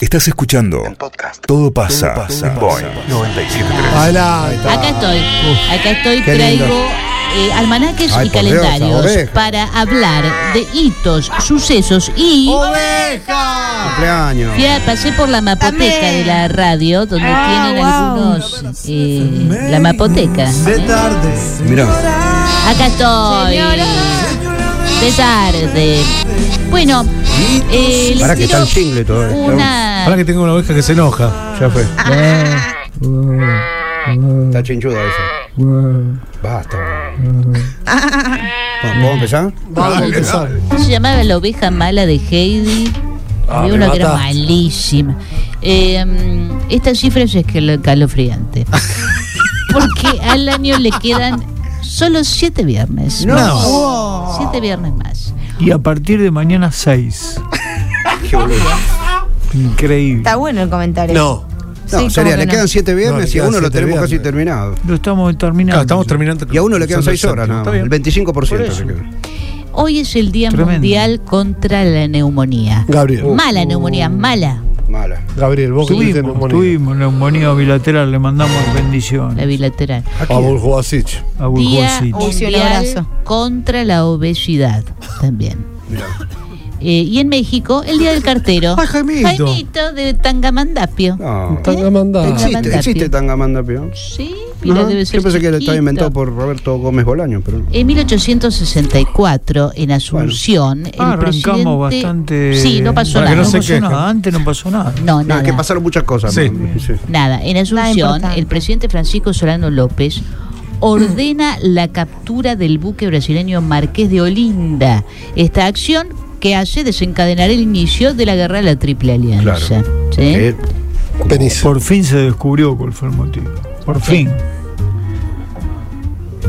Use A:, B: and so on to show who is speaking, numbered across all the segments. A: Estás escuchando
B: En podcast.
A: Todo pasa, en Boeing 973.
C: Adelante.
D: Acá estoy, acá estoy,
C: Qué lindo.
D: traigo eh, almanaques
C: Ay,
D: y
C: por Dios,
D: calendarios
C: oveja.
D: para hablar de hitos, sucesos y...
C: ¡Oveja! Cumpleaños.
D: Fui a- pasé por la mapoteca
E: Amén.
D: de la radio, donde
E: Ah,
D: tienen
E: wow.
D: algunos... eh, la mapoteca.
C: De tarde.
A: Mira,
D: Acá estoy.
E: Señora.
D: De tarde. Bueno, eh, les
C: Para que está
D: tiro
C: el jingle todavía.
F: Ahora
D: una...
F: Ah, que tengo una oveja que se enoja.
C: Ya fue. Está chinchuda eso. Basta. Bueno, ¿Puedo empezar?
F: Vamos a empezar.
D: ¿Cómo se llamaba la oveja mala de Heidi? Había
F: Ah, me
D: una que era
F: mataste.
D: malísima. Eh, mm, esta cifra es escalofriante. Porque al año le quedan solo siete viernes.
F: No.
D: más. Siete viernes más.
G: Y a partir de mañana 6. Increíble.
E: Está bueno el comentario.
F: No.
C: No,
E: Sí,
C: sería,
E: ¿cómo
C: le
E: que no?
C: quedan siete
F: No,
C: viernes
F: le
C: y a
F: quedan
C: uno lo
F: siete
C: tenemos casi
F: viernes.
C: terminado.
G: Lo estamos terminando.
F: Claro, Ah, estamos terminando.
C: Y a uno le quedan seis horas,
F: ¿no?
C: nada más. El 25% se queda.
D: Hoy es el Día
G: Tremendo.
D: Mundial contra la Neumonía.
F: Gabriel. Uh.
D: Mala neumonía, mala.
C: Mala.
F: Gabriel, vos que tuviste
G: Tuvimos,
F: neumonía.
G: tuvimos neumonía bilateral, le mandamos
D: La
G: bendiciones
D: bilateral.
F: A Burjoasich.
D: Día
G: a Burgosich.
E: Ucio, un
D: mundial
E: abrazo.
D: contra la obesidad también. Eh, y en México, el día del cartero.
F: Ah, Jaimito.
D: Jaimito de Tangamandapio. ¿Eh?
C: No.
F: Tangamandá.
C: Existe, existe Tangamandapio.
D: Sí, mira,
C: Ajá.
D: debe ser.
C: Yo pensé que estaba
D: chiquito.
C: inventado por Roberto Gómez Bolaño, pero.
D: En 1864, en Asunción, el
G: Ah, arrancamos
D: presidente-
G: bastante.
D: Sí, no pasó
F: Para
D: nada.
F: que no
G: no
F: se
G: pasó
F: queje.
G: nada. Antes no pasó nada.
D: No,
C: No,
D: nada.
C: es que pasaron muchas cosas.
F: Sí.
C: ¿no? Sí.
D: Nada, en
E: Nada
D: Asunción,
E: importante.
D: el presidente Francisco Solano López ordena la captura del buque brasileño Marqués de Olinda. Esta acción que hace desencadenar el inicio de la guerra de la Triple Alianza. ¿Sí?
C: Eh,
F: Penis.
G: Por fin se descubrió cuál fue el motivo. Por fin.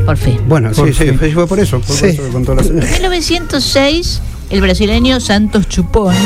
D: Por fin.
C: Bueno, sí,
G: Por
C: sí,
G: fin.
C: fue- fue por eso. Fue
F: Sí.
C: por eso que contó la...
D: 1906, el brasileño Santos Chupón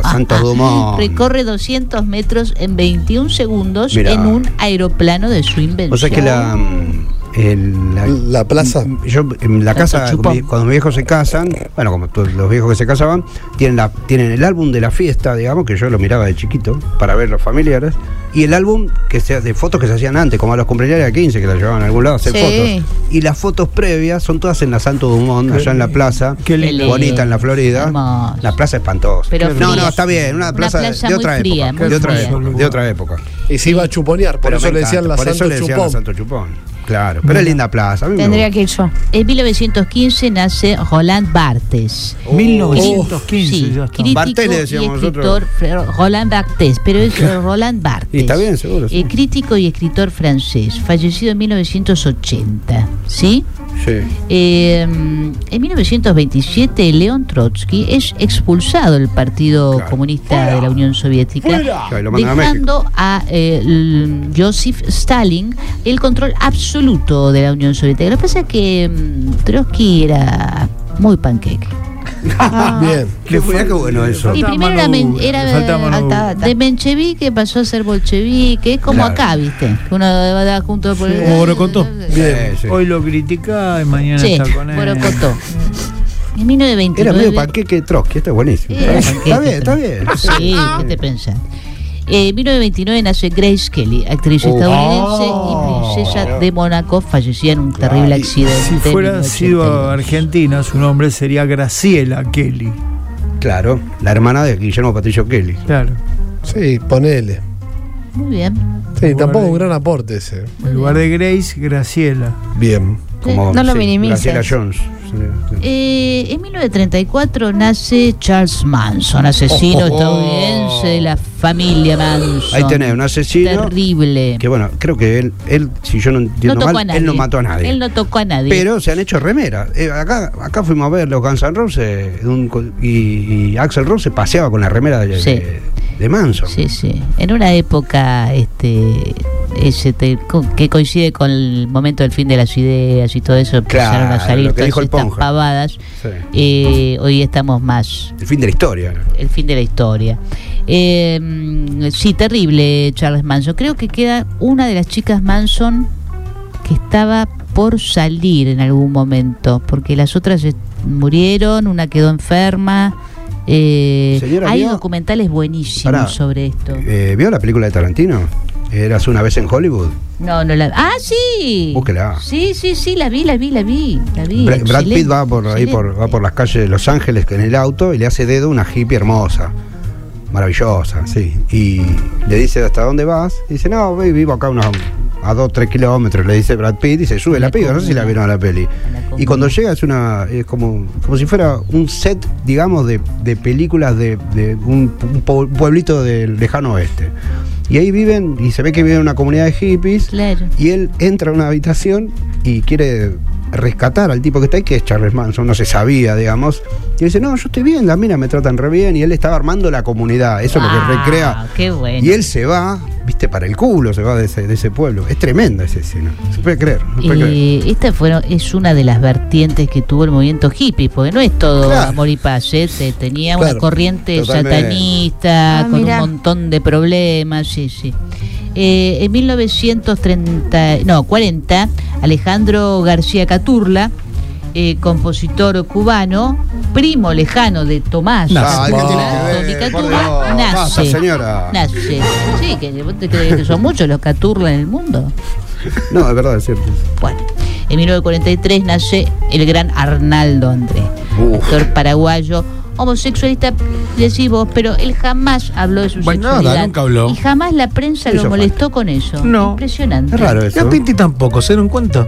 C: No, Ah, Santos Dumont.
D: recorre 200 metros en 21 segundos
C: Mirá.
D: en un aeroplano de su invención.
C: O sea que la. mm, el- la,
F: La plaza.
C: yo, en la
D: Santos
C: casa,
D: Chupón.
C: mi- cuando mis viejos se casan, bueno, como todos los viejos que se casaban, tienen, la, tienen el álbum de la fiesta, digamos, que yo lo miraba de chiquito para ver los familiares, y el álbum que se, de fotos que se hacían antes, como a los cumpleaños de 15, que la llevaban a algún lado a hacer
E: Sí.
C: fotos. Y las fotos previas son todas en la Santo Dumont, allá en la plaza,
G: Qué
D: lindo.
C: bonita en la Florida.
D: Hermoso.
C: La plaza espantosa.
D: Pero
C: no,
D: fría.
C: no, está bien, una
D: Una
C: plaza,
D: plaza
C: de
D: muy
C: otra
D: fría,
C: época.
D: muy
C: De otra
D: fría.
C: época. De otra época.
F: Y se iba a chuponear, por
C: Pero
F: eso
C: me
F: le decían
C: encanta,
F: la
C: por eso
F: Santo
C: le decían la
F: Chupón.
C: Santo Chupón. Claro, pero es linda plaza. a mí me
E: Tendría que ir yo.
D: En 1915 nace Roland Barthes.
F: Oh,
G: 1915
D: Sí,
G: ya está.
D: crítico
C: Bartés le decíamos
D: y escritor Fr- Roland Barthes, pero es Roland Barthes.
C: Y está bien, seguro, sí.
D: Eh, crítico y escritor francés, fallecido en 1980, ¿sí?
C: Sí.
D: Eh, en 1927 León Trotsky es expulsado del Partido
C: Claro.
D: Comunista de la Unión Soviética,
C: Claro, lo mandan a
D: dejando a eh, l- Joseph Stalin el control absoluto de la Unión Soviética. Lo que pasa es que mm, Trotsky era muy panqueque.
F: Ah, Bien.
C: Qué fue- qué bueno eso.
D: Y
G: Faltaba
D: primero era,
G: mano
D: men-
G: dura,
D: era,
G: le faltaba mano
D: alta-
G: dura.
D: de menchevique pasó a ser bolchevique, es como
C: Claro.
D: acá, ¿viste? Que Uno va junto por el...
F: Como Borocotó.
C: Sí, sí.
G: Hoy lo critica y mañana
D: Sí,
G: está con él.
D: Borocotó. En
C: Era
D: 1929...
C: medio panqueque de Trotsky, esto es buenísimo.
D: Era
C: Está bien, está
D: panqueque.
C: bien.
D: Sí, ¿qué te pensás? Eh, En 1929 nace Grace Kelly,
C: Oh.
D: actriz estadounidense y princesa de Mónaco, fallecida en un terrible accidente.
G: Si
D: en
G: fuera sido
D: 1982.
G: argentina, su nombre sería Graciela Kelly.
C: Claro, la hermana de Guillermo Patricio Kelly.
G: Claro.
F: Sí, ponele.
D: Muy bien.
F: Sí, tampoco un gran aporte ese.
G: En lugar de Grace, Graciela.
F: Bien.
C: Como,
E: No lo minimices.
C: Graciela Jones. Sí, sí.
D: Eh, en 1934 nace Charles Manson, asesino
C: Oh, oh, oh.
D: estadounidense de la familia Manson.
C: Ahí tenés, un asesino.
D: Terrible.
C: Que bueno, creo que él, él si yo no
D: Eh. No
C: entiendo
D: tocó a
C: mal,
D: nadie.
C: él no mató a nadie.
D: Él no tocó a nadie.
C: Pero se han hecho remeras. Eh, acá, acá fuimos a ver los Guns N' Roses eh, un co- y, y Axel Rose se paseaba con la remera de,
D: Sí.
C: de, de Manson.
D: Sí, sí. En una época este, ese te- co- que coincide con el momento del fin de las ideas y todo eso, empezaron a
C: Claro,
D: salir
C: lo que
D: todas
C: dijo el
D: estas
C: Ponja.
D: pavadas.
C: Sí.
D: Eh, hoy estamos más
C: El fin de la historia.
D: el fin de la historia. Eh, mm, sí, terrible Charles Manson. Creo que queda una de las chicas Manson que estaba por salir en algún momento, porque las otras eh, murieron, una quedó enferma Eh,
C: Señora,
D: hay
C: ¿vio?
D: documentales buenísimos
C: Pará.
D: sobre esto.
C: Eh, ¿Vio la película de Tarantino? Eras una vez en Hollywood.
D: No, no la. ¡Ah, sí!
C: Búsquela.
D: Sí, sí, sí, la vi, la vi, la vi. La vi.
C: Bra- Brad Pitt
D: Excelente,
C: va por ahí por, va por las calles de Los Ángeles en el auto y le hace dedo a una hippie hermosa. Maravillosa, sí. Y le dice ¿hasta dónde vas? Y dice, no, vi- vivo acá unos a 2, 3 kilómetros, le dice Brad Pitt y se sube
D: La
C: la piba, no sé si la
D: comida.
C: vieron a la peli.
D: La comida.
C: Y cuando llega es una es como, como si fuera un set, digamos, de, de películas de, de un, un po- pueblito del lejano oeste. Y ahí viven, y se ve que viven en una comunidad de hippies.
D: Claro.
C: Y él entra a una habitación y quiere rescatar al tipo que está ahí, que es Charles Manson, no se sabía, digamos. Y dice, no, yo estoy bien, las minas me tratan re bien. Y él estaba armando la comunidad, eso es lo que
D: Wow,
C: recrea.
D: Ah, qué bueno.
C: Y él se va, viste, para el culo se va de ese, de ese pueblo. Es tremenda esa escena. Se puede creer, no se puede creer.
D: Eh, esta fueron, es una de las vertientes que tuvo el movimiento hippie, porque no es todo
C: Claro.
D: amor y paz, ¿eh? Te- tenía una
F: Claro,
D: corriente
C: totalmente.
D: satanista,
B: Ah,
D: con
B: mirá.
D: un montón de problemas, sí, sí. Eh, en 1930, no, 40, Alejandro García Caturla, eh, compositor cubano, primo lejano de Tomás
C: Ah, ¿qué
D: Caturla,
C: tiene que ver?
D: Tony
C: Por
D: Caturla,
C: Dios,
D: nace.
C: basta, señora.
D: Nace. Sí, que, vos te crees que son muchos los Caturla en el mundo.
C: No, es verdad, es cierto.
D: Bueno, en 1943 nace el gran Arnaldo Andrés,
C: Uf.
D: actor paraguayo, homosexualista, decís vos, pero él jamás habló de su
E: Bueno, nada,
D: sexualidad.
E: nunca habló.
D: Y jamás la prensa
C: Hizo
D: lo molestó con eso.
G: No.
D: Impresionante.
C: Es raro
E: Y a
C: eso. ¿eh?
E: Pinti tampoco, ¿se dieron cuenta?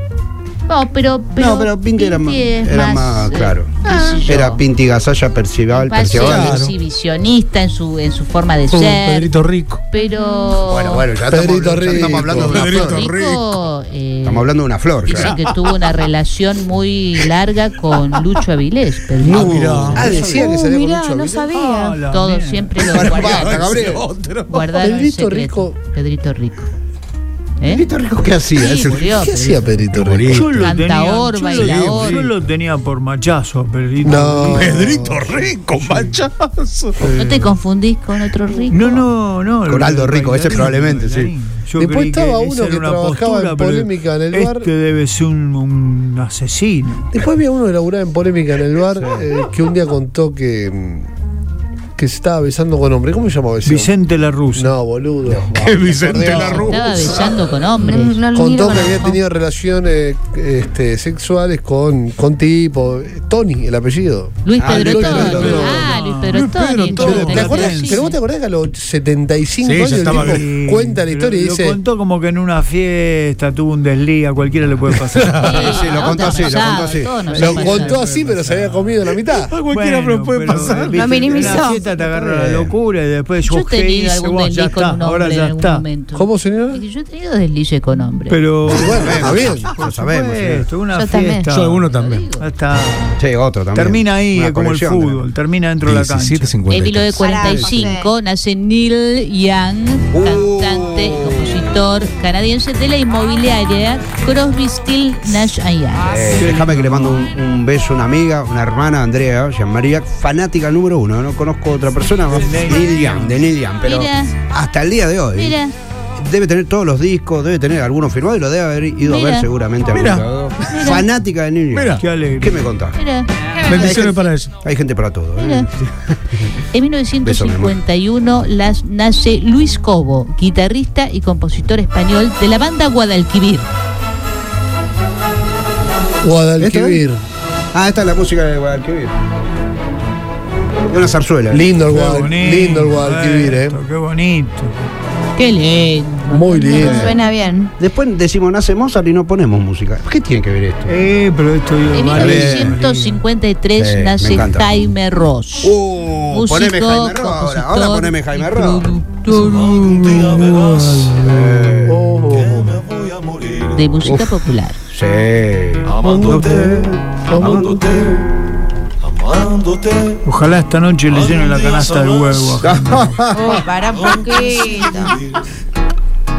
D: No, pero, pero
C: No, pero Pinti era más-
D: es eh, ah.
C: era más claro.
D: qué sé yo,
C: Era Pinti Gasalla Percival,
D: más
C: Percival.
E: Claro.
D: exhibicionista en su, en su forma de
E: Fue un
D: ser.
E: Pedrito Rico.
D: Pero.
C: ya
F: Pedrito
C: ya
F: Rico.
C: flor.
E: Pedrito
D: Rico, eh,
C: Estamos hablando de una flor. ya.
D: Dicen que tuvo una relación muy larga con Lucho Avilés. pero-
E: No, mirá.
F: Ah, decía que
B: Uh,
F: salía con
B: mirá,
F: mucho
B: no
F: habilidad.
B: sabía.
G: Ah, la
D: Todos
G: mierda.
D: siempre lo
C: Bueno,
D: guardaron,
C: basta, Gabriel.
E: Otro.
D: guardaron en
F: Pedrito
D: secreto.
F: Rico.
D: Pedrito Rico. ¿Eh?
C: ¿Pedrito Rico qué hacía?
D: Sí,
C: Es el-
D: murió,
F: ¿Qué hacía
D: Pedrito.
F: Pedrito Rico?
G: Yo lo
D: Canta
G: tenía,
D: orba,
G: yo lo-
D: bailador.
G: yo lo tenía por machazo a Pedrito.
F: No.
E: Pedrito Rico, machazo.
D: ¿No te confundís con otro rico?
G: No, no, no.
C: Con
G: lo del
C: Aldo Rico, ese
G: bailarín,
C: probablemente, sí.
G: bailarín. Yo
F: Después
G: creí
F: estaba
G: esa
F: uno
G: era
F: que
G: una
F: trabajaba en
G: pero
F: polémica en el
G: este
F: bar.
G: debe ser un, un asesino.
F: Después había uno que laburaba en polémica en el bar eh, que un día contó que, mm, que se estaba besando con hombre. ¿Cómo se llamaba ese? hombre?
G: Vicente la Rusa.
F: No, boludo.
E: Que Vicente la
D: Estaba
E: Rusa.
D: besando con hombres.
B: lo
F: Contó que
B: conozco.
F: había tenido relaciones este, sexuales con, con tipo. eh, Tony, el apellido.
D: Luis
C: Ah,
D: Pedro
F: Luis
D: Toni.
F: Pedro Toni.
D: Ah, Luis Pedro
E: Luis Pedro
D: Toni.
E: Toni.
F: Pero,
G: Tony,
F: ¿te acordás?
G: sí,
F: pero vos te acordás que a los 75
E: Sí, ya
F: años el
E: estaba
F: tipo
G: Sí,
F: cuenta la historia y
G: Mm, pero Lo
F: dice.
G: contó como que en una fiesta tuvo un desliz, a cualquiera le puede pasar.
C: sí, lo contó así, lo contó así.
F: Lo contó así, pero se había comido la mitad.
E: A cualquiera
G: Bueno,
E: pero puede
G: pero,
E: pasar.
G: viste,
B: Lo minimizó.
G: En la fiesta te agarra la locura y después
D: Yo he
G: vos qué
D: tenido
G: hice,
D: algún
G: vos ya
D: desliz con
G: está,
D: un
G: ahora
D: hombre en
G: ya
D: algún
G: está.
D: momento.
F: ¿Cómo, señora?
D: Y Yo he tenido deslices con hombres.
G: Pero
F: Bueno, está bien.
C: Lo sabemos. sí.
G: esto, una
B: Yo también.
G: fiesta.
E: Yo alguno también.
G: Ya está.
C: Sí, otro también.
G: Termina ahí,
C: Una
G: eh, como el
C: colección
G: fútbol,
C: tenemos.
G: termina dentro de la cancha.
E: 17.53.
D: En 1945 nace Neil Young,
C: Uh.
D: cantante, compositor canadiense de la inmobiliaria Crosby, Still, Nash and Young.
C: Eh, déjame que le mando un, un beso a una amiga, una hermana, Andrea, Jean-María, fanática número uno. No conozco otra persona más
G: Neil
C: Neil Young, de Neil Young, pero
D: Mira.
C: hasta el día de hoy.
D: Mira,
C: Debe tener todos los discos, debe tener algunos firmados y lo debe haber ido a
D: Mira.
C: ver seguramente. a algún
E: Mira.
C: lado. Fanática de Neil Young.
E: Mira.
G: Qué alegre.
C: ¿Qué me contás?
D: mira.
E: Bendiciones para ella.
C: Hay gente para todo. ¿eh?
D: Mira. En 1951 las nace Luis Cobo, guitarrista y compositor español de la banda Guadalquivir.
F: Guadalquivir.
C: Ah, esta es la música de Guadalquivir. Es una zarzuela.
F: Lindo el
G: Qué
F: Guadal-
G: bonito
F: lindo el Guadalquivir, eh.
G: esto, Qué bonito.
D: Qué lindo.
F: Muy lindo.
B: Suena bien.
C: Después decimos, nace Mozart y no ponemos música. ¿Qué tiene que ver esto?
G: Eh, pero esto iba
D: En
G: mal.
D: 1953
C: Sí, me
D: nace
C: encanta.
D: Jaime Ross.
C: Uh,
D: Músico,
C: poneme Jaime Ross ahora. Ahora
D: compositor
C: poneme Jaime
D: y
C: Ross.
D: productor
C: Eh,
D: De música popular.
C: sí.
G: Ojalá esta noche le llenen la canasta de huevo. a Jaime.
B: Uy, para un poquito.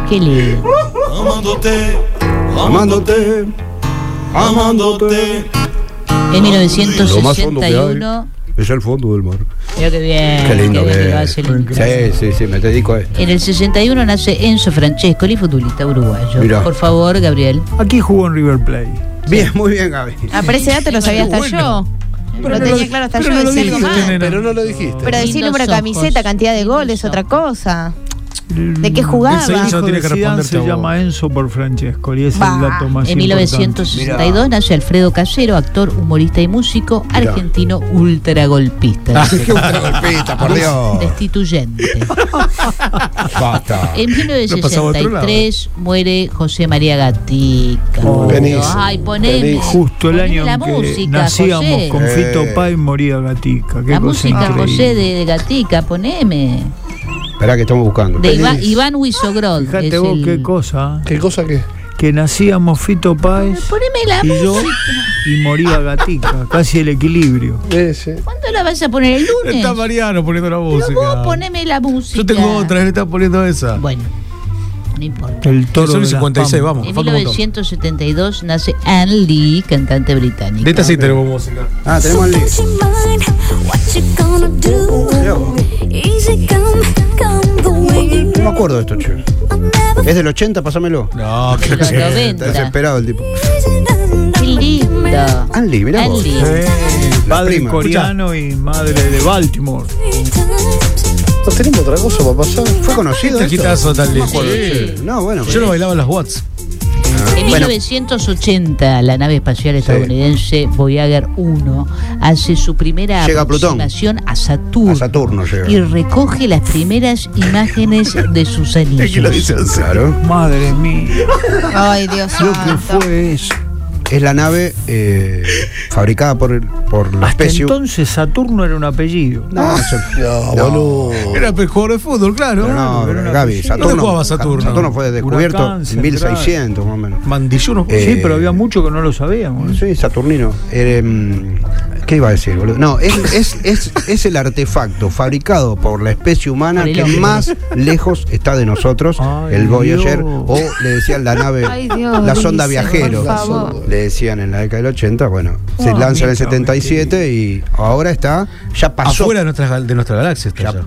D: Qué lindo.
C: Amándote, amándote.
D: En
C: Lo más hondo que hay
D: 1961.
C: es el fondo del mar.
D: Mira qué bien.
C: Qué lindo Eh,
D: bien
C: que
D: que lo
C: es.
D: hace el
C: Sí, sí, sí, me dedico a esto.
D: En el 61 nace Enzo Francescoli, futbolista uruguayo.
C: Mirá.
D: Por favor, Gabriel.
G: Aquí jugó en River Play.
B: Ah,
C: Bien, muy bien, Gaby.
B: A ese dato lo sabía hasta yo. Lo
E: no
B: tenía
E: lo-
B: claro hasta
E: pero
B: yo
E: no lo
B: decir algo
E: dijiste,
B: más.
E: nena.
F: Pero no lo dijiste.
B: Pero decirle
D: Lindos
B: una camiseta,
D: ojos.
B: cantidad de goles,
D: Lindos
B: otra
D: ojos.
B: cosa. ¿De qué jugaba?
E: Ese hizo-
G: hijo
E: tiene que
G: de Zidane
E: responderte
G: se
E: a vos.
G: llama Enzo por Francesco y es
B: Bah,
G: el dato más
D: En 1962 nace Alfredo Casero, actor, humorista y músico argentino ultragolpista.
C: Qué golpista, por Dios.
D: Destituyente.
C: Basta.
D: En
E: Lo pasaba a otro
D: 1963 muere José María Gatica.
G: Oh.
F: Venís,
D: Ay, poneme.
F: venís.
G: Justo el
D: Poneme
G: año
D: la
G: en que
D: música,
G: nacíamos
D: José.
G: con
F: Eh.
G: Fito Páez moría Gatica. Qué
D: La
G: cosa
D: música,
G: increíble.
D: José, de, de Gatica, poneme.
C: Esperá que estamos buscando.
D: De Iva-
F: Feliz.
D: Iván Huizogrod. es
G: Fíjate vos
D: el-
G: qué cosa. ¿eh?
F: ¿Qué cosa que?
G: Que nacíamos Fito Páez
D: Poneme la
G: y yo
D: música.
G: y moría Gatica. Casi el equilibrio.
F: Ese.
D: ¿Cuándo la vas a poner el lunes?
E: Está Mariano poniendo la
D: Pero vos
E: música.
D: poneme la música.
E: Yo tengo otra, él está poniendo esa.
D: Bueno, no importa.
G: El toro.
E: Son
G: de las
E: 56,
G: Pampas.
E: vamos.
D: En
E: falta un montón.
D: 1972 nace Anne Lee, cantante británica.
E: De esta sí tenemos música.
C: Ah, tenemos el link.
H: Got your mind, what you gonna do? Easy come, come the way you
C: No me acuerdo de esto, che.
H: never
C: Es del 80, pásamelo. Eh,
E: No,
D: De los 90.
C: Desesperado el tipo.
H: easy done,
D: Qué lindo.
C: Anli, mirá vos.
D: Andy.
G: Eh,
C: La
G: padre
C: prima.
G: coreano y madre de Baltimore.
H: three times.
F: No tenemos otra cosa para pasar.
C: ¿Fue conocido
E: Te
C: esto?
E: quitas otra
D: Sí.
C: No, bueno.
E: Yo no bailaba en las Watts.
D: En 1980, la nave espacial estadounidense Voyager 1 hace su primera
C: Llega a Plutón.
D: aproximación a Saturno,
C: A Saturno llega.
D: y recoge las primeras imágenes de sus anillos.
C: Claro.
G: Madre mía.
B: Ay, Dios
G: Lo que
B: santo.
G: fue eso.
C: Es la nave eh, fabricada por, el- por la
G: Hasta
C: especie.
G: entonces Saturno era un apellido.
C: No, se-
F: No,
C: No.
F: boludo.
E: Era el jugador de fútbol, claro.
C: pero no,
G: pero era
C: Gaby,
G: una-
C: Saturno.
E: ¿Dónde jugaba Saturno?
C: Saturno fue descubierto
G: Huracán,
C: en
G: Central.
C: 1600, más o menos.
E: Mandilluno.
C: Eh,
G: sí, pero había mucho que no lo sabíamos.
C: Sí, Saturnino. Eh, mm, ¿Qué iba a decir, boludo? No, es, es, es, es el artefacto fabricado por la especie humana
D: Por el
C: que
D: hombre.
C: más lejos está de nosotros,
G: Ay,
C: el Voyager,
G: Dios.
C: o le decían la nave,
B: Ay, Dios,
C: la sonda
B: Ulises,
C: viajero.
B: por favor.
C: Le decían en la década del 80, bueno, se
G: Oh,
C: lanza en el
G: mira,
C: 77 y ahora está, ya pasó.
E: Afuera de nuestra, de nuestra galaxia está
C: Ya-
E: ya.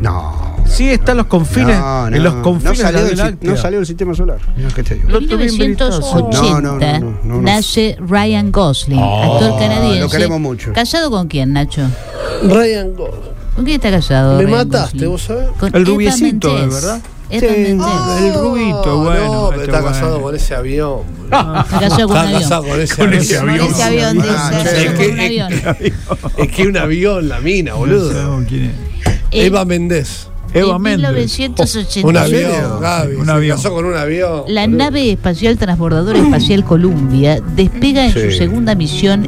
C: no.
E: Sí, están los confines.
C: No, no,
E: en los
C: no
E: confines
C: salió
E: de
C: del si-
E: la Galáctea.
C: no salió del sistema solar. Mirá, ¿Qué te digo?
G: Lo
D: En
G: tuve habilitado.
D: 1980
C: No, no, no, no, no, no.
D: nace Ryan Gosling,
E: Oh,
D: actor canadiense.
C: lo queremos mucho.
D: ¿Casado con quién, Nacho?
F: Ryan Gosling.
D: ¿Con quién está casado?
F: Me
D: Ryan
F: mataste,
D: Gosling?
F: vos sabés.
D: Con
G: El
D: Eva
G: rubiecito,
D: Mendes.
G: ¿verdad?
D: Eva
C: Sí.
D: Mendes.
F: Ah,
G: El rubito, bueno,
F: No, pero
G: este
F: está
G: bueno.
F: casado con ese avión.
D: Está casado con un
F: Está
D: avión.
F: casado con ese
E: Con
F: avión.
E: ese
B: Con
E: avión.
B: ese avión,
C: Ah,
B: dice,
F: che,
B: con
F: que-
B: un avión.
F: Es que un avión, la mina,
G: No
F: boludo.
G: sabemos quién es.
D: Eh,
F: Eva Méndez.
G: Eva
D: en
G: Méndez.
D: 1986,
F: Un avión, Gaby.
G: Un
F: se
G: avión.
F: casó con un avión.
D: La
F: boludo.
D: nave espacial transbordadora espacial Columbia despega en
C: Sí.
D: su segunda misión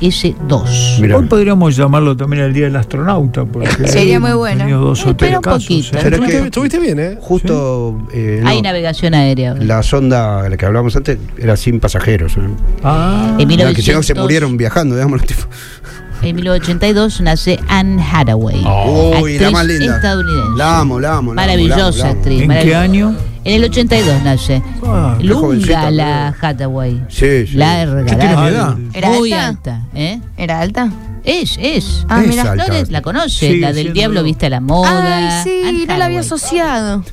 D: STS-2.
C: Mirá.
G: Hoy podríamos llamarlo también el Día del Astronauta. Porque
B: Sería muy bueno.
G: Tenido dos o
D: Espera
G: tres
D: un
G: casos,
D: poquito.
G: ¿eh?
C: Pero es
F: Estuviste,
C: que-
F: estuviste bien, ¿eh?
C: Justo eh, no,
D: Hay navegación aérea. ahora.
C: la sonda de la que hablábamos antes era sin pasajeros. ¿eh?
G: Ah,
D: En
C: Mirá, que si no se
D: 1900
C: murieron viajando, digamos. los tipos.
D: En 1982 nace Anne Hathaway,
C: Oh. Uy, la
D: Oh. actriz
C: más linda.
D: estadounidense.
C: La amo, la amo. la amo, la amo, la
D: maravillosa
C: amo.
D: actriz.
G: ¿En qué
D: maravillosa.
G: año?
D: En el 82 nace.
G: Ah, qué
D: Lunga
C: jovencita,
D: la Hathaway.
C: Sí, sí.
D: Larga,
E: ¿Qué tiene
D: larga.
E: mi edad?
B: ¿Era
D: Muy
B: alta?
D: alta, ¿eh?
B: ¿Era alta?
D: Es, es.
B: Ah,
C: Es
B: mira.
C: alta.
D: Flores la conoce,
G: Sigue
D: la del
G: siendo
D: diablo
G: lo-
D: viste a la moda.
B: Ay, sí,
D: Anne
B: no la había
D: Hathaway.
B: asociado.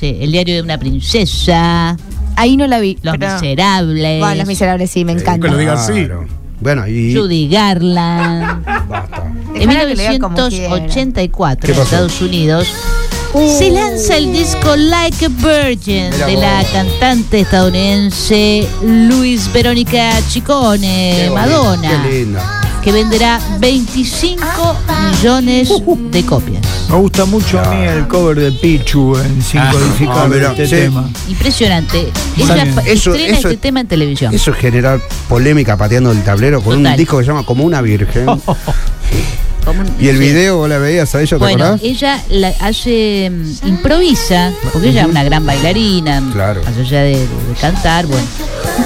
D: Sí, el diario de una princesa,
B: Ahí no la vi.
D: Los
B: pero-
D: Miserables,
B: Bueno, Los Miserables sí, me encanta.
E: lo diga así.
C: Claro. Bueno, y.
D: Judy Eh, Garland.
C: Basta.
B: Dejala
D: en
B: que lea como quiera.
D: 1984, en
C: pasó?
D: Estados Unidos, se lanza el disco Like a Virgin
C: Mira
D: de
C: vos.
D: la cantante estadounidense Luis Verónica Chicone,
C: Qué bonito,
D: Madonna,
C: Qué linda.
D: que venderá 25 millones de copias.
G: Me gusta mucho a mí el cover de Pichu en Sin
C: ah,
G: Codificar
C: mirá,
G: este
C: sí.
G: tema.
D: Impresionante. Ella
G: bien.
D: pa-
C: Eso-
D: estrena
C: eso-
D: este tema en televisión.
C: Eso es generar polémica pateando el tablero con
D: Total.
C: un disco que se llama Como una Virgen.
D: Como un-
C: y el
D: sí.
C: video, ¿vos la veías a ella? ¿Te
D: Bueno,
C: acordás?
D: ella la hace mm, improvisa, porque ella es una gran bailarina, mm,
C: Claro.
D: más allá de, de cantar, bueno.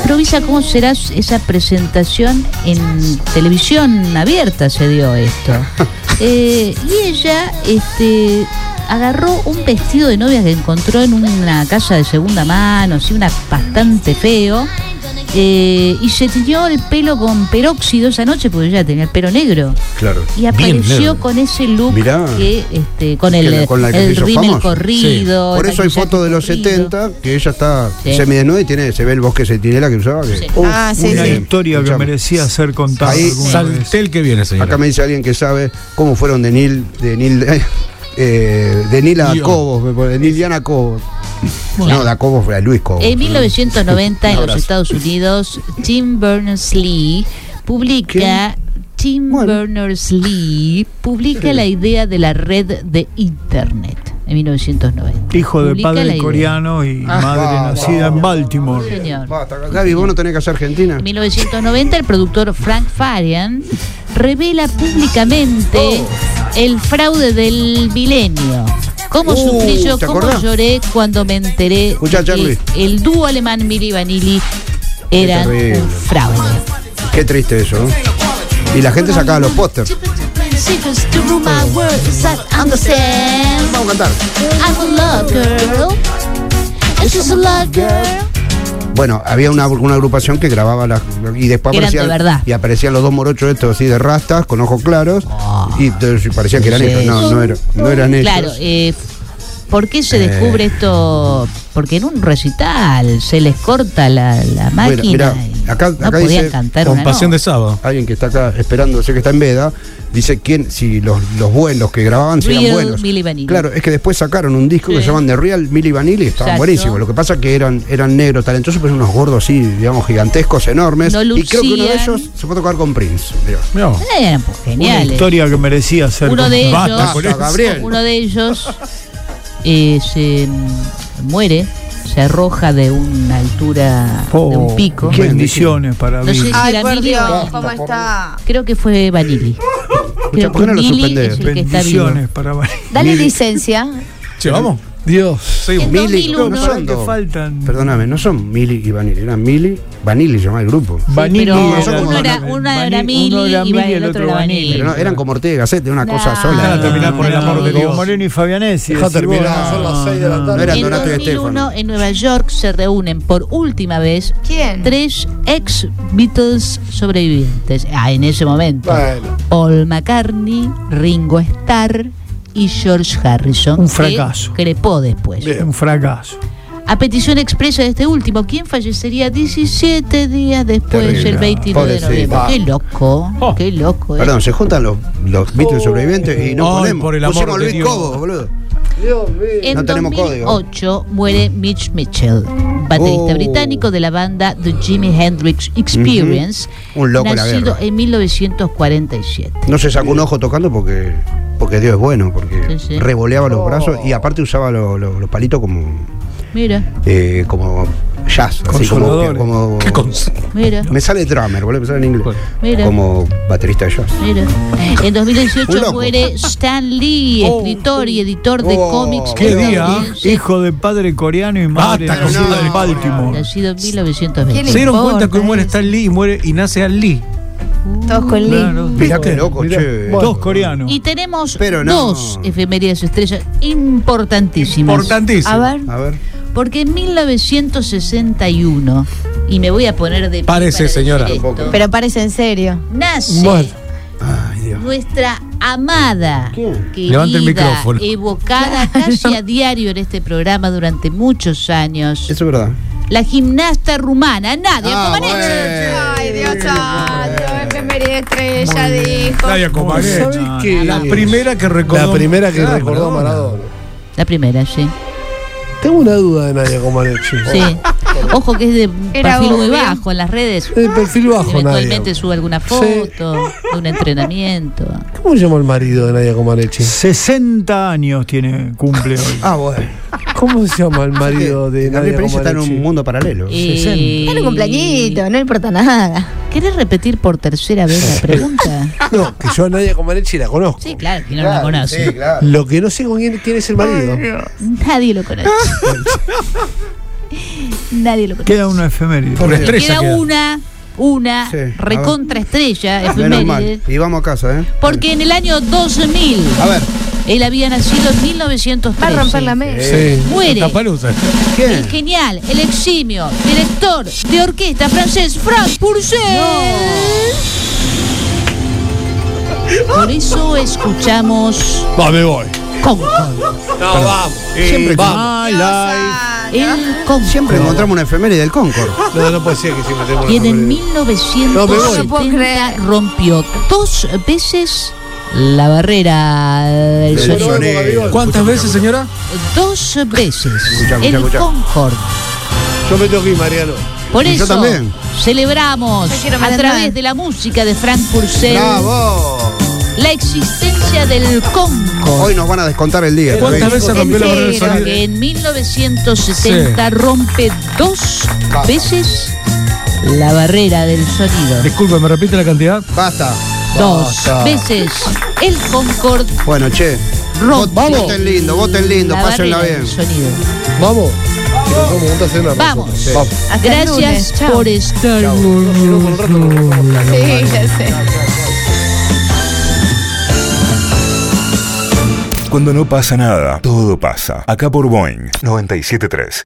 D: Improvisa cómo será s- esa presentación en televisión abierta se dio esto. Eh, y ella este agarró un vestido de novia que encontró en una casa de segunda mano, así una bastante feo. eh, y se tiñó el pelo con peróxido esa noche, porque ya tenía el pelo negro.
C: Claro.
D: Y apareció
E: negro.
D: con ese look
C: Mirá.
D: que, este, con
C: Que
D: el,
C: la- con la que se
D: el
C: hizo
D: rímel
C: famosa.
D: corrido.
C: Por
D: el
C: eso hay
D: maquillaje
C: fotos de los
D: corrido.
C: 70 que ella está
D: Sí.
C: semidesnuda y tiene, se ve el bosque centinela que usaba. que-
D: Sí.
B: Ah, sí,
G: Una
B: sí.
G: historia que
C: Escuchame.
G: merecía ser contada
C: Ahí-
G: alguna vez.
E: Saltel que viene, señor.
C: Acá me dice alguien que sabe cómo fueron de Nil, de Nil, eh, de Nil a
E: Guión.
C: Cobos, me pone, de Nil Diana a Cobos. No, da Cobos fue a Luis Cobos.
D: En 1990 en los
C: Oh. abrazo.
D: Estados Unidos, Tim Berners-Lee publica Tim
C: Bueno.
D: Berners-Lee publica la idea de la red de internet en 1990.
G: Hijo de
D: Publica la
G: padre
D: idea.
G: coreano y
C: Ah,
G: madre
C: va,
G: nacida
C: va,
G: en
C: va,
G: Baltimore.
D: Señor.
C: Basta, Gaby, vos no tenés que ser argentina.
D: En 1990 el productor Frank Farian revela públicamente el fraude del milenio. ¿Cómo
C: Oh. Uh,
D: sufrí yo?
C: ¿te
D: ¿Cómo
C: acordás?
D: lloré cuando me enteré
C: Escuchá,
D: que
C: Charlie.
D: el dúo alemán Mili Vanilli era
C: terrible.
D: un fraude?
C: Qué triste eso. ¿no? Y la gente sacaba los pósters.
H: Secrets to rule my words, I understand.
C: Vamos a cantar.
H: I'm a love girl. It's just a love girl.
C: Bueno, había una, una agrupación que grababa las. Y después
D: Eran de
C: aparecían.
D: verdad.
C: Y aparecían los dos morochos estos así de rastas, con ojos claros. y, entonces parecían que eran
D: Ah. Sí.
C: ellos. No, no, era- no eran ellos. Eh.
D: Claro, eh, ¿por qué se descubre esto? Porque en un recital se les corta la, la máquina.
C: mirá,
D: y
C: acá-
D: no
C: acá
D: podían
C: dice,
D: cantar
E: Con
D: una
E: pasión
D: nota.
E: de sábado.
C: Alguien que está acá esperando, sé que está en veda, dice quién, si los, los buenos que grababan si eran
D: Real
C: buenos.
D: Milli Vanilli.
C: Claro, es que después sacaron un disco que
D: Sí.
C: se llaman The Real Milli Vanilli, estaban
D: Exacto.
C: buenísimos. Lo que pasa que eran, eran negros talentosos, pero unos gordos así, digamos, gigantescos, enormes.
D: No
C: y creo que uno de
D: lucían.
C: ellos se fue a tocar con Prince. Mirá.
E: Mirá vos.
D: Eh, Eran pues,
G: Una
D: geniales.
G: historia que merecía ser
D: Uno de
G: contada.
D: ellos,
C: con eso. Ah, Gabriel.
D: Ah, uno de ellos eh, se mm, muere, se arroja de una altura, de
G: Oh,
D: un pico.
G: qué Bendiciones para
D: No sé
G: mí.
D: si era Mili o-
B: ¿cómo está?
D: Creo que fue Vanilli. Creo
C: ¿por qué
D: que
C: no lo
D: Mili
C: suspendés?
D: es el que está vivo.
G: Bendiciones para mí.
B: Dale licencia.
E: Che, vamos.
F: Dios.
D: En
C: Milli, no
D: 2001,
C: son
G: que
C: dos.
G: faltan.
C: Perdóname, no son Milli y Vanilli, eran Milli, Vanilli llamaba el grupo.
G: Vanilli
D: pero
G: era-
D: uno era- uno era
G: Vanilli-
D: Mili
G: uno era
D: y va-
G: Mili,
D: el otro era Vanilli.
C: Pero no, eran como Ortega y Gasset, de una cosa
B: Nah.
C: sola.
G: Para terminar por el
D: No,
G: amor de
D: no,
G: Dios. Moreno y Fabianesi.
F: Dejá
G: decí vos,
F: terminar, ah, son las seis de la
G: no,
F: tarde.
G: no.
C: Era
D: en
C: Donato y
D: 2001
C: Estefano.
D: en Nueva York se reúnen por última vez
B: ¿Quién?
D: tres ex Beatles sobrevivientes. Ah, en ese momento.
F: Bueno.
D: Paul McCartney, Ringo Starr y George Harrison.
G: Un
D: que
G: fracaso.
D: Crepó después.
G: Un fracaso.
D: A petición expresa de este último, quien fallecería 17 días después,
C: Terrible.
D: el 29 de
C: Pobrecito.
D: noviembre.
C: Ah.
D: Qué loco,
E: Oh.
D: qué loco. eh.
C: Perdón, se juntan los, los Beatles sobrevivientes y no
E: Ay,
C: ponemos.
E: por el amor
C: Pusimos
E: de
C: Luis
E: Dios.
C: Cobo, boludo.
D: En
C: No tenemos código.
D: 2008 muere Mitch Mitchell, baterista
C: Oh.
D: británico de la banda The Jimi Hendrix Experience,
C: Ujú. Un loco de la
D: nacido
C: guerra.
D: en 1947.
C: No se sacó un ojo tocando porque porque Dios es bueno, porque
D: Sí, sí.
C: revoleaba los brazos y aparte usaba lo- lo- los palitos como
D: Mira,
C: eh, como jazz, así como,
G: Consoladores.
C: como
E: Qué cons-
D: mira,
C: me sale drummer, boludo, me sale en inglés.
D: Mira.
C: Como baterista de jazz.
D: mira. En
C: Un
D: 2018
C: loco.
D: muere Stan Lee, escritor y editor de
C: Oh,
D: cómics.
C: qué
E: día,
D: estadounidense,
G: Hijo de padre coreano y madre
E: Basta
C: con
G: nacida
C: eso.
G: en Baltimore.
D: Nacido en
B: ¿Quién le
D: 1920.
E: Se dieron
B: importa,
E: cuenta que hoy muere
B: eh?
E: Stan Lee y muere y nace Al Lee.
B: Todos con Lee.
G: Claro.
C: Mirá qué loco, che.
G: Dos coreanos.
D: Y tenemos
C: Pero no.
D: dos efemérides estrellas importantísimas.
E: Importantísimo.
B: A ver.
C: A ver.
D: Porque en 1961, y me voy a poner de pie
E: Parece,
D: para
E: señora.
D: decir esto,
E: Tampoco.
B: Pero parece en serio.
D: nace
F: Bueno.
C: Ay, Dios.
D: nuestra amada, querida,
E: Levante el micrófono.
D: evocada casi a diario en este programa durante muchos años,
C: Eso es verdad.
D: la gimnasta rumana Nadia
C: Ah,
D: Comaneci.
C: bueno.
B: Ay, Dios santo, efeméride estrella, dijo.
E: Nadia Comaneci.
G: ¿Sabes
E: Que La primera que recordó.
F: La primera que
E: Ah,
F: recordó a Maradona.
D: La primera, sí.
F: Tengo una duda de Nadia Comaneci.
D: sí. Ojo que es de
B: Era
D: perfil muy
B: obvio.
D: bajo en las redes.
F: De perfil bajo,
D: Eventualmente
F: Nadia.
D: sube alguna foto de un entrenamiento.
F: ¿Cómo se llama el marido de Nadia Comaneci?
G: 60 años tiene, cumple hoy.
C: Ah, bueno.
F: ¿Cómo se llama el marido de
C: Gabriel
F: Nadia
C: Pérez está en un
F: Comaneci?
C: mundo paralelo.
D: Eh,
B: Dale un cumpleañito, no le importa nada.
D: ¿Querés repetir por tercera vez la pregunta?
F: No, que yo a Nadia Comaneci la conozco.
D: Sí, claro, que no la conoce.
C: claro.
F: Lo que no sé con quién, quién es el marido.
D: Nadie lo conoce. Nadie lo conoce.
G: Queda una efeméride.
E: Una
D: Queda
E: estrella. queda.
D: una, una
C: Sí, a ver.
D: recontraestrella
C: Menos mal.
D: efeméride.
C: Y vamos a casa, ¿eh?
D: Porque en el año 2000,
C: A ver.
D: Él había nacido en 1913.
B: Va a romper la mesa.
F: Sí.
D: Muere.
E: Tapalusa.
C: ¿Quién?
D: El genial, el eximio, director de orquesta francés Frank Purcell. Por eso escuchamos
F: Va, me voy.
D: Con Con.
C: Siempre,
F: My
D: Ah.
F: life.
D: El Con.
C: siempre encontramos una efeméride del Concord.
F: No, no puede ser que siempre tenemos
D: Y
F: una
D: en
F: memoria. No me voy.
B: No puedo
D: 1970
B: creer.
D: rompió dos veces la barrera del
F: Pero
D: sonido.
F: vamos, Gabriel.
E: ¿Cuántas veces, señora?
D: Dos veces.
C: Escuchá, escuchá,
D: El
C: escuchá.
D: Concord.
F: Yo me tengo que ir, Mariano.
D: Por
C: Y yo
D: eso
C: también.
D: celebramos
B: Yo quiero
D: a
B: merendar.
D: través de la música de Frank Purcell
C: ¡Bravo!
D: la existencia del Concord.
C: Hoy nos van a descontar el día.
E: ¿Cuántas
C: Rey.
E: veces rompió la barrera del
B: Entero,
E: sonido?
D: que en 1970 rompe dos veces la barrera del sonido.
E: Disculpe, ¿me repite la cantidad?
C: Basta.
D: Dos veces el Concord
C: Bueno, che.
D: rompe.
C: Vot- Voten lindo, voten lindo,
D: la
C: pásenla
D: barrera
C: bien.
D: del sonido.
F: Vamos. Que nos vamos juntos a cenar
D: Vamos.
F: nosotros.
B: Hasta el lunes.
D: Gracias
B: Chao.
D: por estar.
B: Sí, ya sé.
A: Cuando no pasa nada, todo pasa. Acá por Boeing 973.